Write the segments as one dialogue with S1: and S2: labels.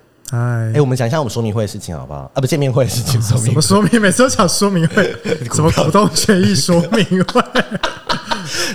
S1: 哎
S2: 哎、我们讲一下我们说明会的事情好不好？啊，不，见面会的事情， 说
S3: 什
S2: 明
S3: 么
S2: 会。
S3: 说明？每次都讲说明 会，什么股东决议说明会，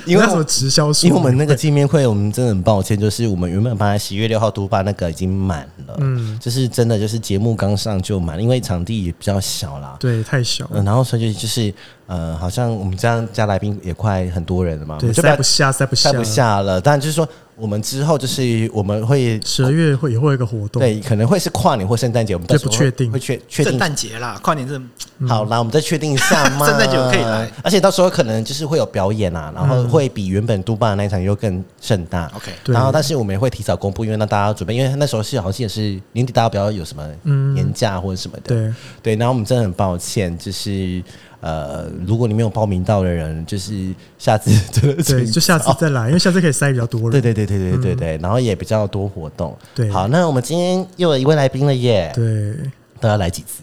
S2: 因为
S3: 那什么直销说
S2: 因
S3: 明
S2: 为我
S3: 会，
S2: 们那个见面会，我们真的很抱歉，就是我们原本本来十一月六号都把那个已经满了，嗯，就是真的就是节目刚上就满，因为场地也比较小啦，
S3: 对太小
S2: 嗯、
S3: 了，
S2: 然后所以就是呃，好像我们这样加来宾也快很多人了嘛，我
S3: 对
S2: 们就不要
S3: 塞不下塞不下
S2: 塞不下了。但就是说，我们之后就是我们会
S3: 十二月会也会有一个活动，
S2: 对，可能会是跨年或圣诞节，我们到时候
S3: 这不确定嗯
S2: 会确确
S4: 圣
S2: 定。
S4: 诞节啦，跨年这
S2: 好啦，我们再确定一下嘛。
S4: 圣诞节我可以来，
S2: 而且到时候可能就是会有表演啊，
S3: 嗯
S2: 然后会比原本都巴的那一场又更盛大。
S4: OK
S3: 对
S2: 然后但是我们也会提早公布，因为让大家准备，因为那时候是好像也是年底大家不要有什么
S3: 嗯
S2: 年假或者什么的。
S3: 对
S2: 对，然后我们真的很抱歉，就是呃，如果你没有报名到的人，就是下次真的
S3: 嗯对，
S2: 请
S3: 就下次再来，因为下次可以塞比较多人，嗯
S2: 哦对对对对对对对，然后也比较多活动。
S3: 对
S2: 好，那我们今天又有一位来宾了耶，
S3: 对
S2: 都要来几次？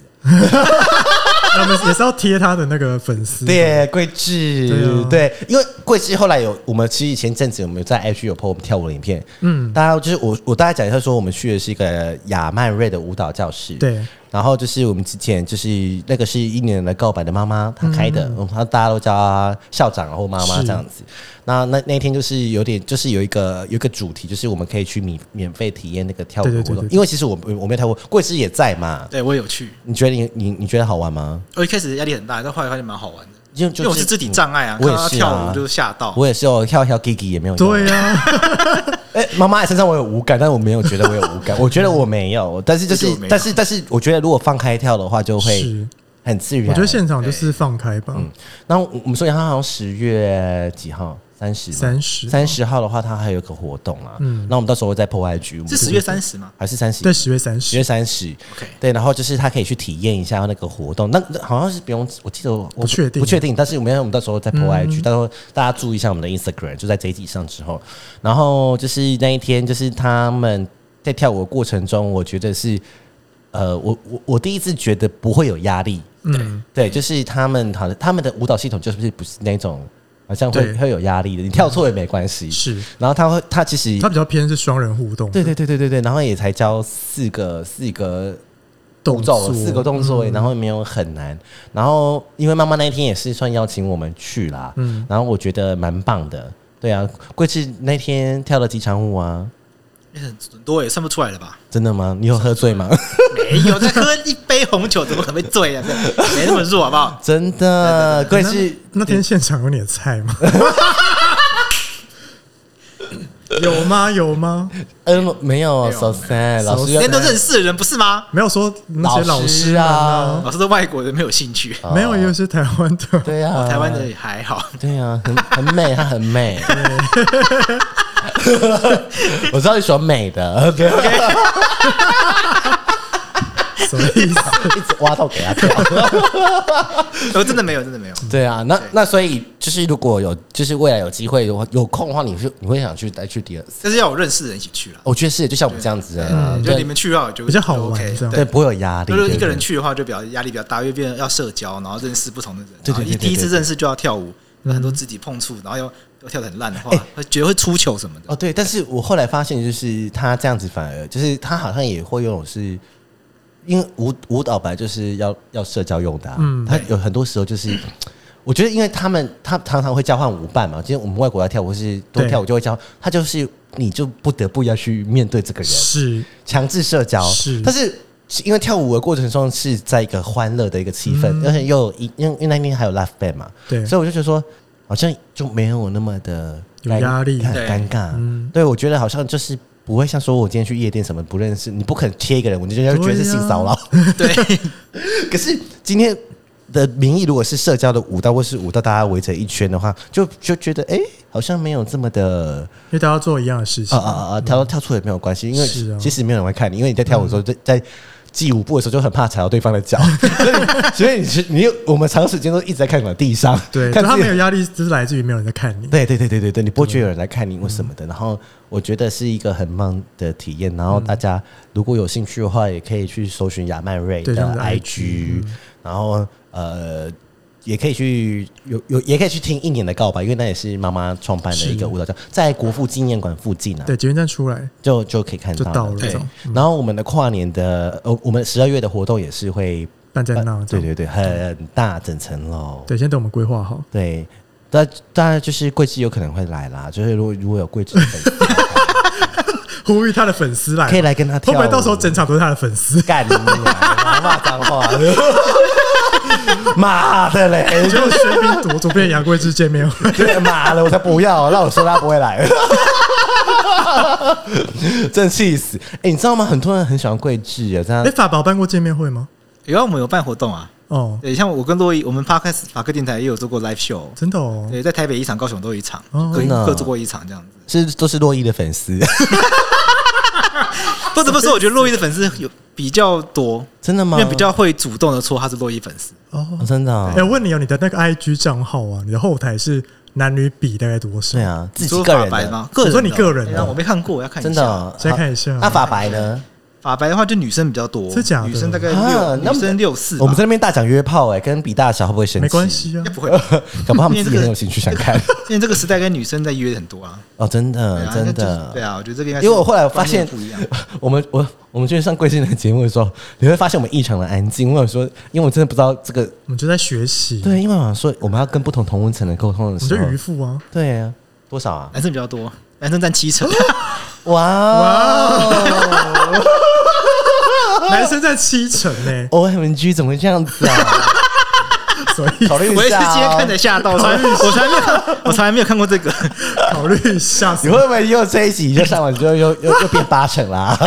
S3: 那我们也是要贴他的那个粉丝，
S2: 对，桂智，
S3: 对啊
S2: 对，因为桂智后来有我们其实以前阵子我们有在 IG 有 po 我们跳舞的影片，嗯，大家就是我我大概讲一下说我们去的是一个亚曼瑞的舞蹈教室，
S3: 对，啊
S2: 然后就是我们之前就是那个是一年的告白的妈妈她开的，嗯，她大家都叫她校长或妈妈
S3: 是
S2: 这样子。那那那天就是有点就是有一个有一个主题，就是我们可以去免免费体验那个跳舞活
S3: 对
S2: 动，
S3: 对对对对
S2: 因为其实我我我没有跳过，桂枝也在嘛，
S4: 对我也有去，
S2: 你觉得你你你觉得好玩吗？
S4: 我一开始压力很大，但后来发现蛮好玩的，
S2: 就
S4: 因为我是肢体障碍啊，
S2: 我
S4: 看
S2: 也
S4: 到他
S2: 是啊
S4: 跳舞就吓到。
S2: 我也是有跳一跳 Gigi 也没有用。
S3: 对啊呀，
S2: 哎，妈妈的身上我有无感，但我没有觉得我有无感，我觉得我没有，但是就是
S4: 我觉得我没有
S2: 但是但是我觉得如果放开跳的话，就会
S3: 是，
S2: 很自然。
S3: 我觉得现场就是放开吧，
S2: 嗯然后我们说一下，他好像十月几号？三十？
S3: 30
S2: 三十号的话，他还有一个活动啊。嗯，那我们到时候会再破 IG 我们。
S4: 是十月三十吗
S2: 还是三十？
S3: 对，，十月三
S2: 十月
S3: 十，
S2: 三十。
S4: ？OK，
S2: 对，然后就是他可以去体验一下那个活动，那那好像是不用，我记得我不
S3: 确定
S2: 不确定，但是我们我们到时候再 po IG，、到时候大家注意一下我们的 Instagram，就在这一集上之后，然后就是那一天，就是他们在跳舞的过程中，我觉得是，呃，我我我第一次觉得不会有压力，
S3: 嗯，
S2: 对，就是他们好像他们的舞蹈系统就是不是不是那种好像会
S3: 对
S2: 会有压力的，你跳错也没关系，
S3: 是，
S2: 然后他会他其实
S3: 他比较偏是双人互动，
S2: 对对对对对对，然后也才教四个四个
S3: 动
S2: 步骤
S3: 作
S2: 四个动
S4: 嗯
S2: 作而已，然后也没有很难。然后因为妈妈那一天也是算邀请我们去啦，嗯，然后我觉得蛮棒的。对啊，桂智那天跳了几场舞啊？
S4: 很很多也算不出来了吧？
S2: 真的吗？你有喝醉吗？
S4: 没有，再喝一杯红酒怎么可能会醉啊？没那么弱好不 好？
S2: 真的，桂智
S3: 那那天现场有你的菜 吗？有吗？有吗？
S2: 嗯没有
S4: 没有
S2: ，so sad，
S3: so
S2: 老师要
S4: 人都认识的人不是吗？
S3: 没有说那些老师们
S2: 老
S3: 啊，
S4: 老师都外国人，没有兴趣。
S2: 哦
S3: 没有，也有些台湾的。
S2: 对啊，
S4: 台湾的也还好，
S2: 对啊，很很美，她很美。我知道你喜欢美的，对，
S3: 什么意思？
S2: 一直挖洞给她跳。
S4: 我真的没有，真的没有。
S2: 对啊，那那所以就是如果有就是未来有机会有有空的话，你是你会想去再去第二次？
S4: 但是要有认识的人一起去了，
S2: 我觉得是，就像我们这样子啊，
S4: 嗯就你
S2: 对
S4: 们去的话就
S3: 比较好玩
S4: OK，
S3: 这样
S2: 对，不会有压力。
S4: 如果一
S2: 对
S4: 个人，去的话，就比较压力比较大，因为变得要社交，然后认识不同的人。
S2: 对对对
S4: 然后你
S2: 对对
S4: 第一次
S2: 对嗯
S4: 认识就要跳舞，很多肢体碰触，然后又又跳的很烂的话，会觉得会出糗什么
S2: 对
S4: 的。
S2: 哎哦，对，但是我后来发现，就是他这样子反而就是他好像也会有种是。因为舞舞蹈本来就是要要社交用的、啊，嗯，他有很多时候就是，我觉得因为他们他常常会交换舞伴嘛，今天我们外国要跳舞或是多
S3: 对
S2: 跳舞就会交，他就是你就不得不要去面对这个人，
S3: 是
S2: 强制社交，
S3: 是
S2: 但是因为跳舞的过程中是在一个欢乐的一个气氛，
S3: 嗯
S2: 而且又有一因为因为那天还有 laugh band 嘛，
S3: 对
S2: 所以我就觉得说好像就没有那么的
S3: 有
S2: 尴
S3: 压力嗯
S2: 很
S4: 对
S2: 尴尬，对我觉得好像就是。不会像说我今天去夜店什么不认识，你不肯贴一个人，我就觉得觉得是性骚扰。
S4: 对，
S2: 可是今天的名义如果是社交的舞蹈或是舞蹈，大家围成一圈的话，就就觉得哎、诶好像没有这么的呃
S3: 因为大家做一样的事情
S2: 啊，啊啊！跳跳错也没有关系，因为
S3: 嗯是啊嗯
S2: 其实没有人会看你，因为你在跳舞的时候，在在记舞步的时候就很怕踩到对方的 脚，所以所以你是你我们长时间都一直在看往地上，
S3: 对，就
S2: 看
S3: 他
S2: 自己
S3: 没有压力，就是来自于没有人在看你。
S2: 对对对对对对，你不会觉得有人来看你或什么
S3: 嗯
S2: 的。然后我觉得是一个很棒的体验。然后大家如果有兴趣的话，也可以去搜寻亚曼瑞
S3: 对
S2: 的
S3: 他们的
S2: IG，、然
S3: 嗯
S2: 后呃。也可以去有有，也可以去听一年的告白，因为那也是妈妈创办的一个舞蹈教，在国父纪念馆附近啊，
S3: 对，捷运站出来
S2: 就就可以看
S3: 就
S2: 到了。
S3: 到了，
S4: 对
S3: 这样嗯
S2: 然后我们的跨年的，呃，我们十二月的活动也是会
S3: 办在那，这
S2: 对
S3: 样
S2: 对对，很大整层楼。
S3: 对，先等我们规划好。
S2: 对，但当然就是桂枝有可能会来啦，就是如果如果有桂枝的粉丝
S3: 呼吁他的粉丝来，
S2: 可以来跟他
S3: 会
S2: 啊跳舞
S3: 不会到时候整场都是他的粉丝？
S2: 干你啊，骂脏话， 妈的嘞！
S3: 结果薛冰夺左边的杨贵枝见面 会，
S2: 对，妈的，我才不要！让我说他不会来， 真气死！哎、你知道吗？很多人很喜欢桂枝耶，这样
S3: 哎，法宝办过见面会吗？
S4: 有啊，我们有办活动啊，
S3: 哦，
S4: 对，像我跟洛伊，我们 podcast 法克电台也有做过 live show，
S3: 真的哦，
S4: 对，在台北一场，高雄都有一场，
S3: 哦
S4: 各
S2: 真的啊
S4: 各做过一场这样子。
S2: 是都是洛伊的粉丝，
S4: 不得不说，我觉得洛伊的粉丝有比较多，
S2: 真的
S4: 因
S2: 吗？
S4: 为比较会主动的说他是洛伊粉丝。
S2: 哦
S3: 哦，
S2: 真的、哦
S3: 哎，我问你哦，你的那个 IG 账号啊，你的后台是男女比大概多少？
S2: 对，啊，自己
S4: 说
S2: 个
S4: 法
S2: 人
S4: 白
S2: 的，
S4: 吗？个人的
S3: 我说你个人的
S4: 哎呀我没看过，我要看一下。
S2: 真的、哦。
S3: 先看一下啊
S2: 那法白呢？
S4: 法白的话，就女生比较多，
S3: 真假的
S4: 女生大概
S2: 啊
S4: 六，
S2: 那
S4: 女生六四吧。
S2: 我们在那边大讲约炮哎、跟比大小会不会生气？
S3: 没关，系啊
S4: 应该，不会，
S2: 搞不好他们自己很有兴趣想看
S4: 现在这个时代跟女生在约很多啊。
S2: 哦，真的
S4: 对啊
S2: 真
S4: 那就
S2: 的
S4: 是，对啊，我觉得这个应该是
S2: 因为我后来发现
S4: 观念不一样。，
S2: 我们我我们就是上贵姓的节目的时候，你会发现我们异常的安静。我想说，因为我真的不知道这个，
S3: 我们就在学习，
S2: 对，因为我想说我们要跟不同同温层的沟通
S3: 我
S2: 的
S3: 们
S2: 时
S3: 就
S2: 候
S3: 渔，夫 啊，
S2: 对啊，多少啊？
S4: 男生比较多， 男生占 七成。
S2: 哇
S3: 男生在七成 呢，
S2: ，O M G，怎么会这样子啊？
S3: 所以
S2: 考虑一
S4: 我也是
S2: 下
S4: 今天看
S2: 哦，
S4: 着吓到，我从来我从来没有看，我从来没有看过这个。
S3: 考虑一下，
S2: 你会不会又这一集就上完之后又又又变八成啦？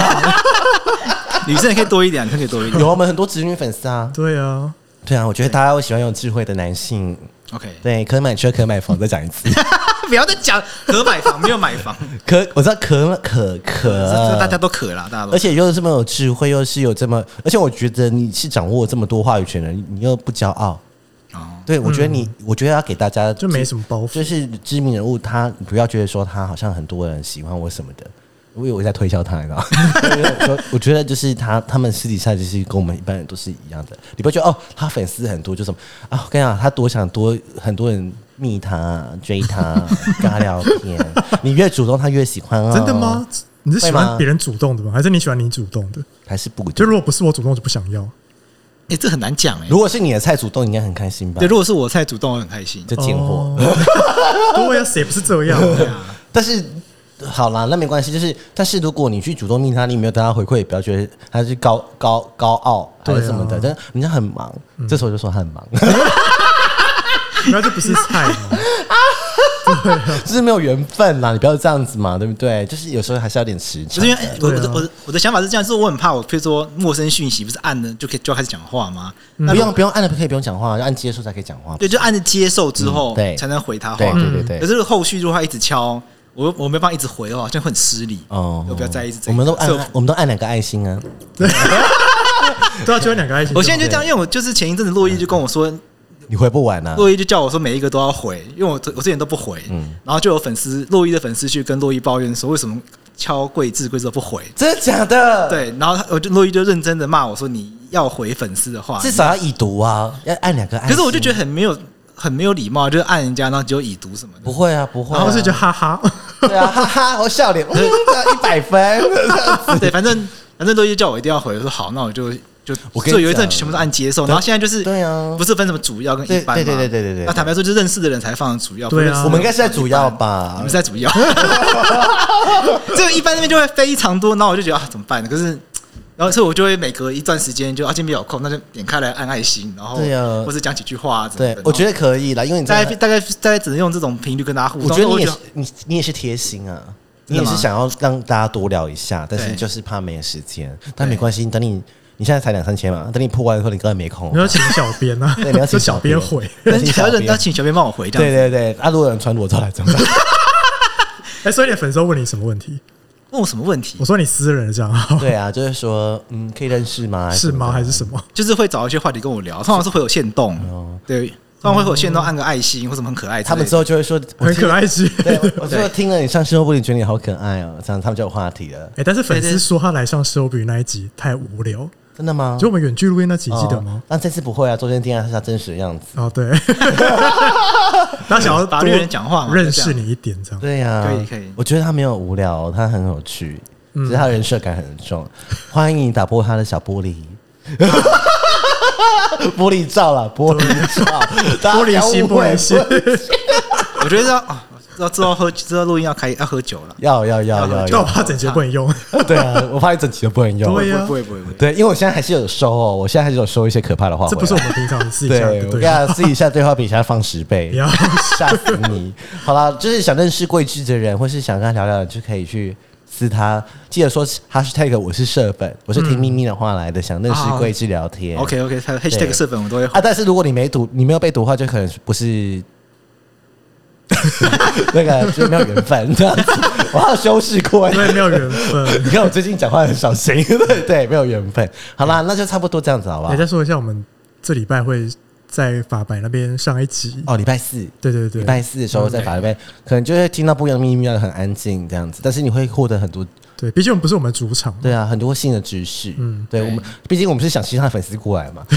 S4: 女生也可以多一点，女生可以多一点。
S2: 有我们很多直女粉丝啊，
S3: 对啊，
S2: 对啊，我觉得大家会喜欢有智慧的男性。
S4: OK，
S2: 对，可买车可买房，再讲一次。
S4: 不要再讲可买房没有买 房，
S2: 可我知道可可
S4: 这这大家
S2: 可，
S4: 都渴啦，大家
S2: 呃而
S4: 都。
S2: 且又这么有智慧，又是有这么，而且我觉得你是掌握这么多话语权的人，你又不骄傲。
S4: 哦，
S2: 对，我觉得你，我觉得要给大家
S3: 就没什么包
S2: 就
S3: 袱，
S2: 是知名人物他，你不要觉得说他好像很多人喜欢我什么的。我以为我在推销他，你知道吗？因为我 我觉得就是他，他们私底下就是跟我们一般人都是一样的。你不要觉得哦，他粉丝很多就什么啊？我跟你讲，他多想多很多人密他、追他、跟他聊天。你越主动，他越喜欢 哦。
S3: 真的吗？？你是喜
S2: 会吗
S3: 欢别人主动的吗？还是你喜欢你主动的？
S2: 还是不？
S3: 就
S2: 就
S3: 如果不是我主动，我就不想要。
S4: 哎，这很难讲哎
S2: 如。果是你的菜主动，你应该很开心吧
S4: 对，？如果是我菜主动，我很开心。
S2: 就贱货。
S3: 哦对呀，谁不是这样？啊
S2: 但是好啦，那没关系，就是但是如果你去主动命他，你没有得到回馈，也不要觉得他是高高高傲还
S4: 啊
S2: 是什么的，
S3: 对
S2: 但人家很忙，
S4: 嗯
S2: 这时候就说他很忙，
S3: 然后就不是菜嘛。
S2: 就是没有缘分啦，你不要这样子嘛，对不对？就是有时候还是要有点时
S4: 不
S2: 长
S4: 是因。为哎我我
S3: 对啊
S4: 的我的我的想法是这样，就是我很怕我，譬如说陌生讯息，不是按了就可以就要开始讲话吗？
S2: 嗯
S4: 那
S2: 不
S4: 如
S2: 用不用按了，可以不用讲话，就按接受才可以讲话。
S4: 对，就按着接受之
S2: 嗯
S4: 后
S2: 对
S4: 才能回他话。
S2: 对对对对，
S4: 可是后续如果他一直敲，我我没办法一直回的话，好像会很失礼。
S2: 哦
S4: 我不要在意是这
S2: 我
S4: 个
S2: 们都
S4: 所以
S2: 按我们都按两个爱心啊，
S3: 对啊，就有两个爱心。
S4: 我现在就这样，因为我就是前一阵子洛伊就跟我说，
S2: 嗯你回不完啊。
S4: 洛伊就叫我说每一个都要回，因为我我之前都不回，
S2: 嗯
S4: 然后就有粉丝洛伊的粉丝去跟洛伊抱怨说为什么敲桂枝桂枝都不回，
S2: 真的假的？，
S4: 对，然后他我就洛伊就认真的骂我说你要回粉丝的话，
S2: 至少要已读啊，要按两个爱
S4: 可
S2: 心。
S4: 是我就觉得很没有很没有礼貌，就是按人家然后只有已读什么
S2: 不
S4: 的，
S2: 会啊，不会啊。
S3: 然后是就哈哈，
S2: 对啊，哈哈，我笑脸，一百分。
S4: 对，反正反正洛伊就叫我一定要回，我说好，那我就就
S2: 我跟你
S4: 就有一阵
S2: 讲
S4: 全部都按接受，然后现在就是
S2: 对啊
S4: 不是分什么主要跟一般
S2: 对
S4: 嘛，
S2: 对对对对对对
S4: 那坦白说，就是认识的人才放主要，
S3: 对啊
S4: 不认识的
S2: 我们应该是在主要吧
S4: 你们？在主要， 就一般那边就会非常多，然后我就觉得啊怎么办呢？可是，然后所以我就会每隔一段时间就啊今天比较有空，那就点开来按爱心，然后
S2: 对啊
S4: 或者讲几句话之类
S2: 对，
S4: 的，
S2: 我觉
S4: 得
S2: 得可以啦，因为你
S4: 大
S2: 在
S4: 概，大概大概只能用这种频率跟大家互
S2: 我
S4: 动。
S2: 觉得你也
S4: 然
S2: 是
S4: 后
S2: 你你也是贴心啊，你
S4: 真的
S2: 也
S4: 吗
S2: 是想要让大家多聊一下，但是
S4: 对
S2: 就是怕没有时间。但没关系，等你你现在才两三千嘛，等你破万的时候，你根本没 空
S3: 你。要请小编啊，
S2: 对，你要
S3: 说
S2: 请
S3: 小编回。
S4: 我就
S2: 请
S4: 但
S2: 小
S4: 还是要
S2: 编。
S4: 请小编帮我回这样
S2: 对
S4: 子。
S2: 对对，啊，如果有人穿裸照来怎么办？
S3: 哎，所以你的粉丝问你什么问题？
S4: 问我什么问题
S3: 我，说你私人的账 号
S2: 对啊，就是说，嗯，可以认识吗？
S3: 是吗？还
S2: 什么
S3: 是什么？
S4: 就是会找一些话题跟我聊，通常是会有限动，
S2: 的哦，
S4: 对，通常会有限动按个爱心或什么很可爱之类的，
S2: 他们之后就会说
S3: 很可。爱是？
S2: 我听对，我我说听了你上生活部，你觉得你好可爱哦，这样他们就有话题了。
S3: 哎、但是粉
S4: 对对
S3: 丝说他来上 s h o w b 那一集太无聊，
S2: 真的吗？
S3: 就我们远距录音那集，记得吗
S2: 哦？？那这次不会啊，中间听到是他真实的样子。
S3: 哦，对， 他想要
S4: 法
S3: 多
S4: 律人讲话嘛
S3: 认识你一点这样。
S2: 对呀、
S4: 可以可以
S2: 我觉得他没有无聊，他很有趣，
S3: 嗯
S2: 只是他人设感很重。欢迎打破他的小玻璃， 玻璃罩啦，玻璃罩，
S3: 玻璃心，玻璃心，
S4: 我觉得要啊要知道喝知道录音要开要喝酒了，
S2: 要要要 要
S3: 但我
S2: 要，
S3: 怕整节不能用。
S2: 对啊，我怕你整集都不能用。
S3: 对呀
S4: 不会不会不会，
S2: 对，因为我现在还是有收哦，我现在还是有收一些可怕的话回来。
S3: 这不是我们平常私底下
S2: 对，
S3: 的
S2: 我跟
S3: 对
S2: 你
S3: 话。
S2: 讲，私底下对话比现在放十倍
S3: 不要，
S2: 吓死你！好啦，就是想认识桂枝的人，或是想跟他聊聊，就可以去私他。记得说 hashtag 我是社粉，我是听咪咪的话来的，想认识桂枝聊天。
S4: OK OK，他 hashtag 社粉我都会
S2: 啊，但是如果你没读，你没有被读的话，就可能不是那个，就是没有缘分这样子。我要修饰过、
S3: 因为 没有缘 分。
S2: 你看我最近讲话很小心，对对，没有缘分。好啦，那就差不多这样子，好不好
S3: 也？哎再说一下，我们这礼拜会在法白那边上一集。
S2: 哦，礼拜四，
S3: 对对对
S2: 礼，拜四的时候在法律边，可能就会听到不一样的秘密，很安静这样子。但是你会获得很多，
S3: 对，毕竟我们不是我们主场。
S2: 对啊，很多新的知识。嗯，对我们，毕竟我们是想吸他粉丝过来嘛。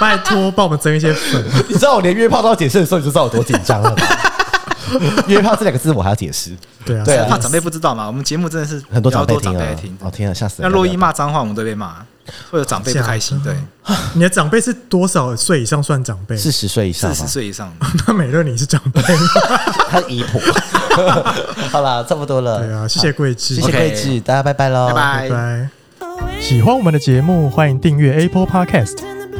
S3: 拜托帮我们增一些 粉。
S2: 你知道我连约炮都要解释的时候，你就知道我多紧张了吧？ 约炮这两个字我还要解释，
S3: 对啊，
S2: 对啊
S4: 怕长辈不知道嘛，我们节目真的是
S2: 很多
S4: 比较
S2: 长辈
S4: 多
S2: 听
S4: 长辈
S2: 啊
S4: 在听，。
S2: 哦天啊，吓死
S4: 那
S2: 人！
S4: 洛伊骂脏话，我们都被骂，会有长辈不开心。对，
S3: 你的长辈是多少岁以上算长辈？
S2: 四十岁以上
S4: 四
S2: 吗，
S4: 十岁以上的，
S3: 那美乐你是长 辈。
S2: 他是姨婆。 好啦，差不多了。
S3: 对啊，谢谢桂
S2: 谢
S3: 枝，
S2: 谢
S4: OK
S2: 桂智，大家拜拜喽，
S4: 拜
S3: 拜拜。
S1: 喜欢我们的节目，欢迎订阅 Apple Podcast，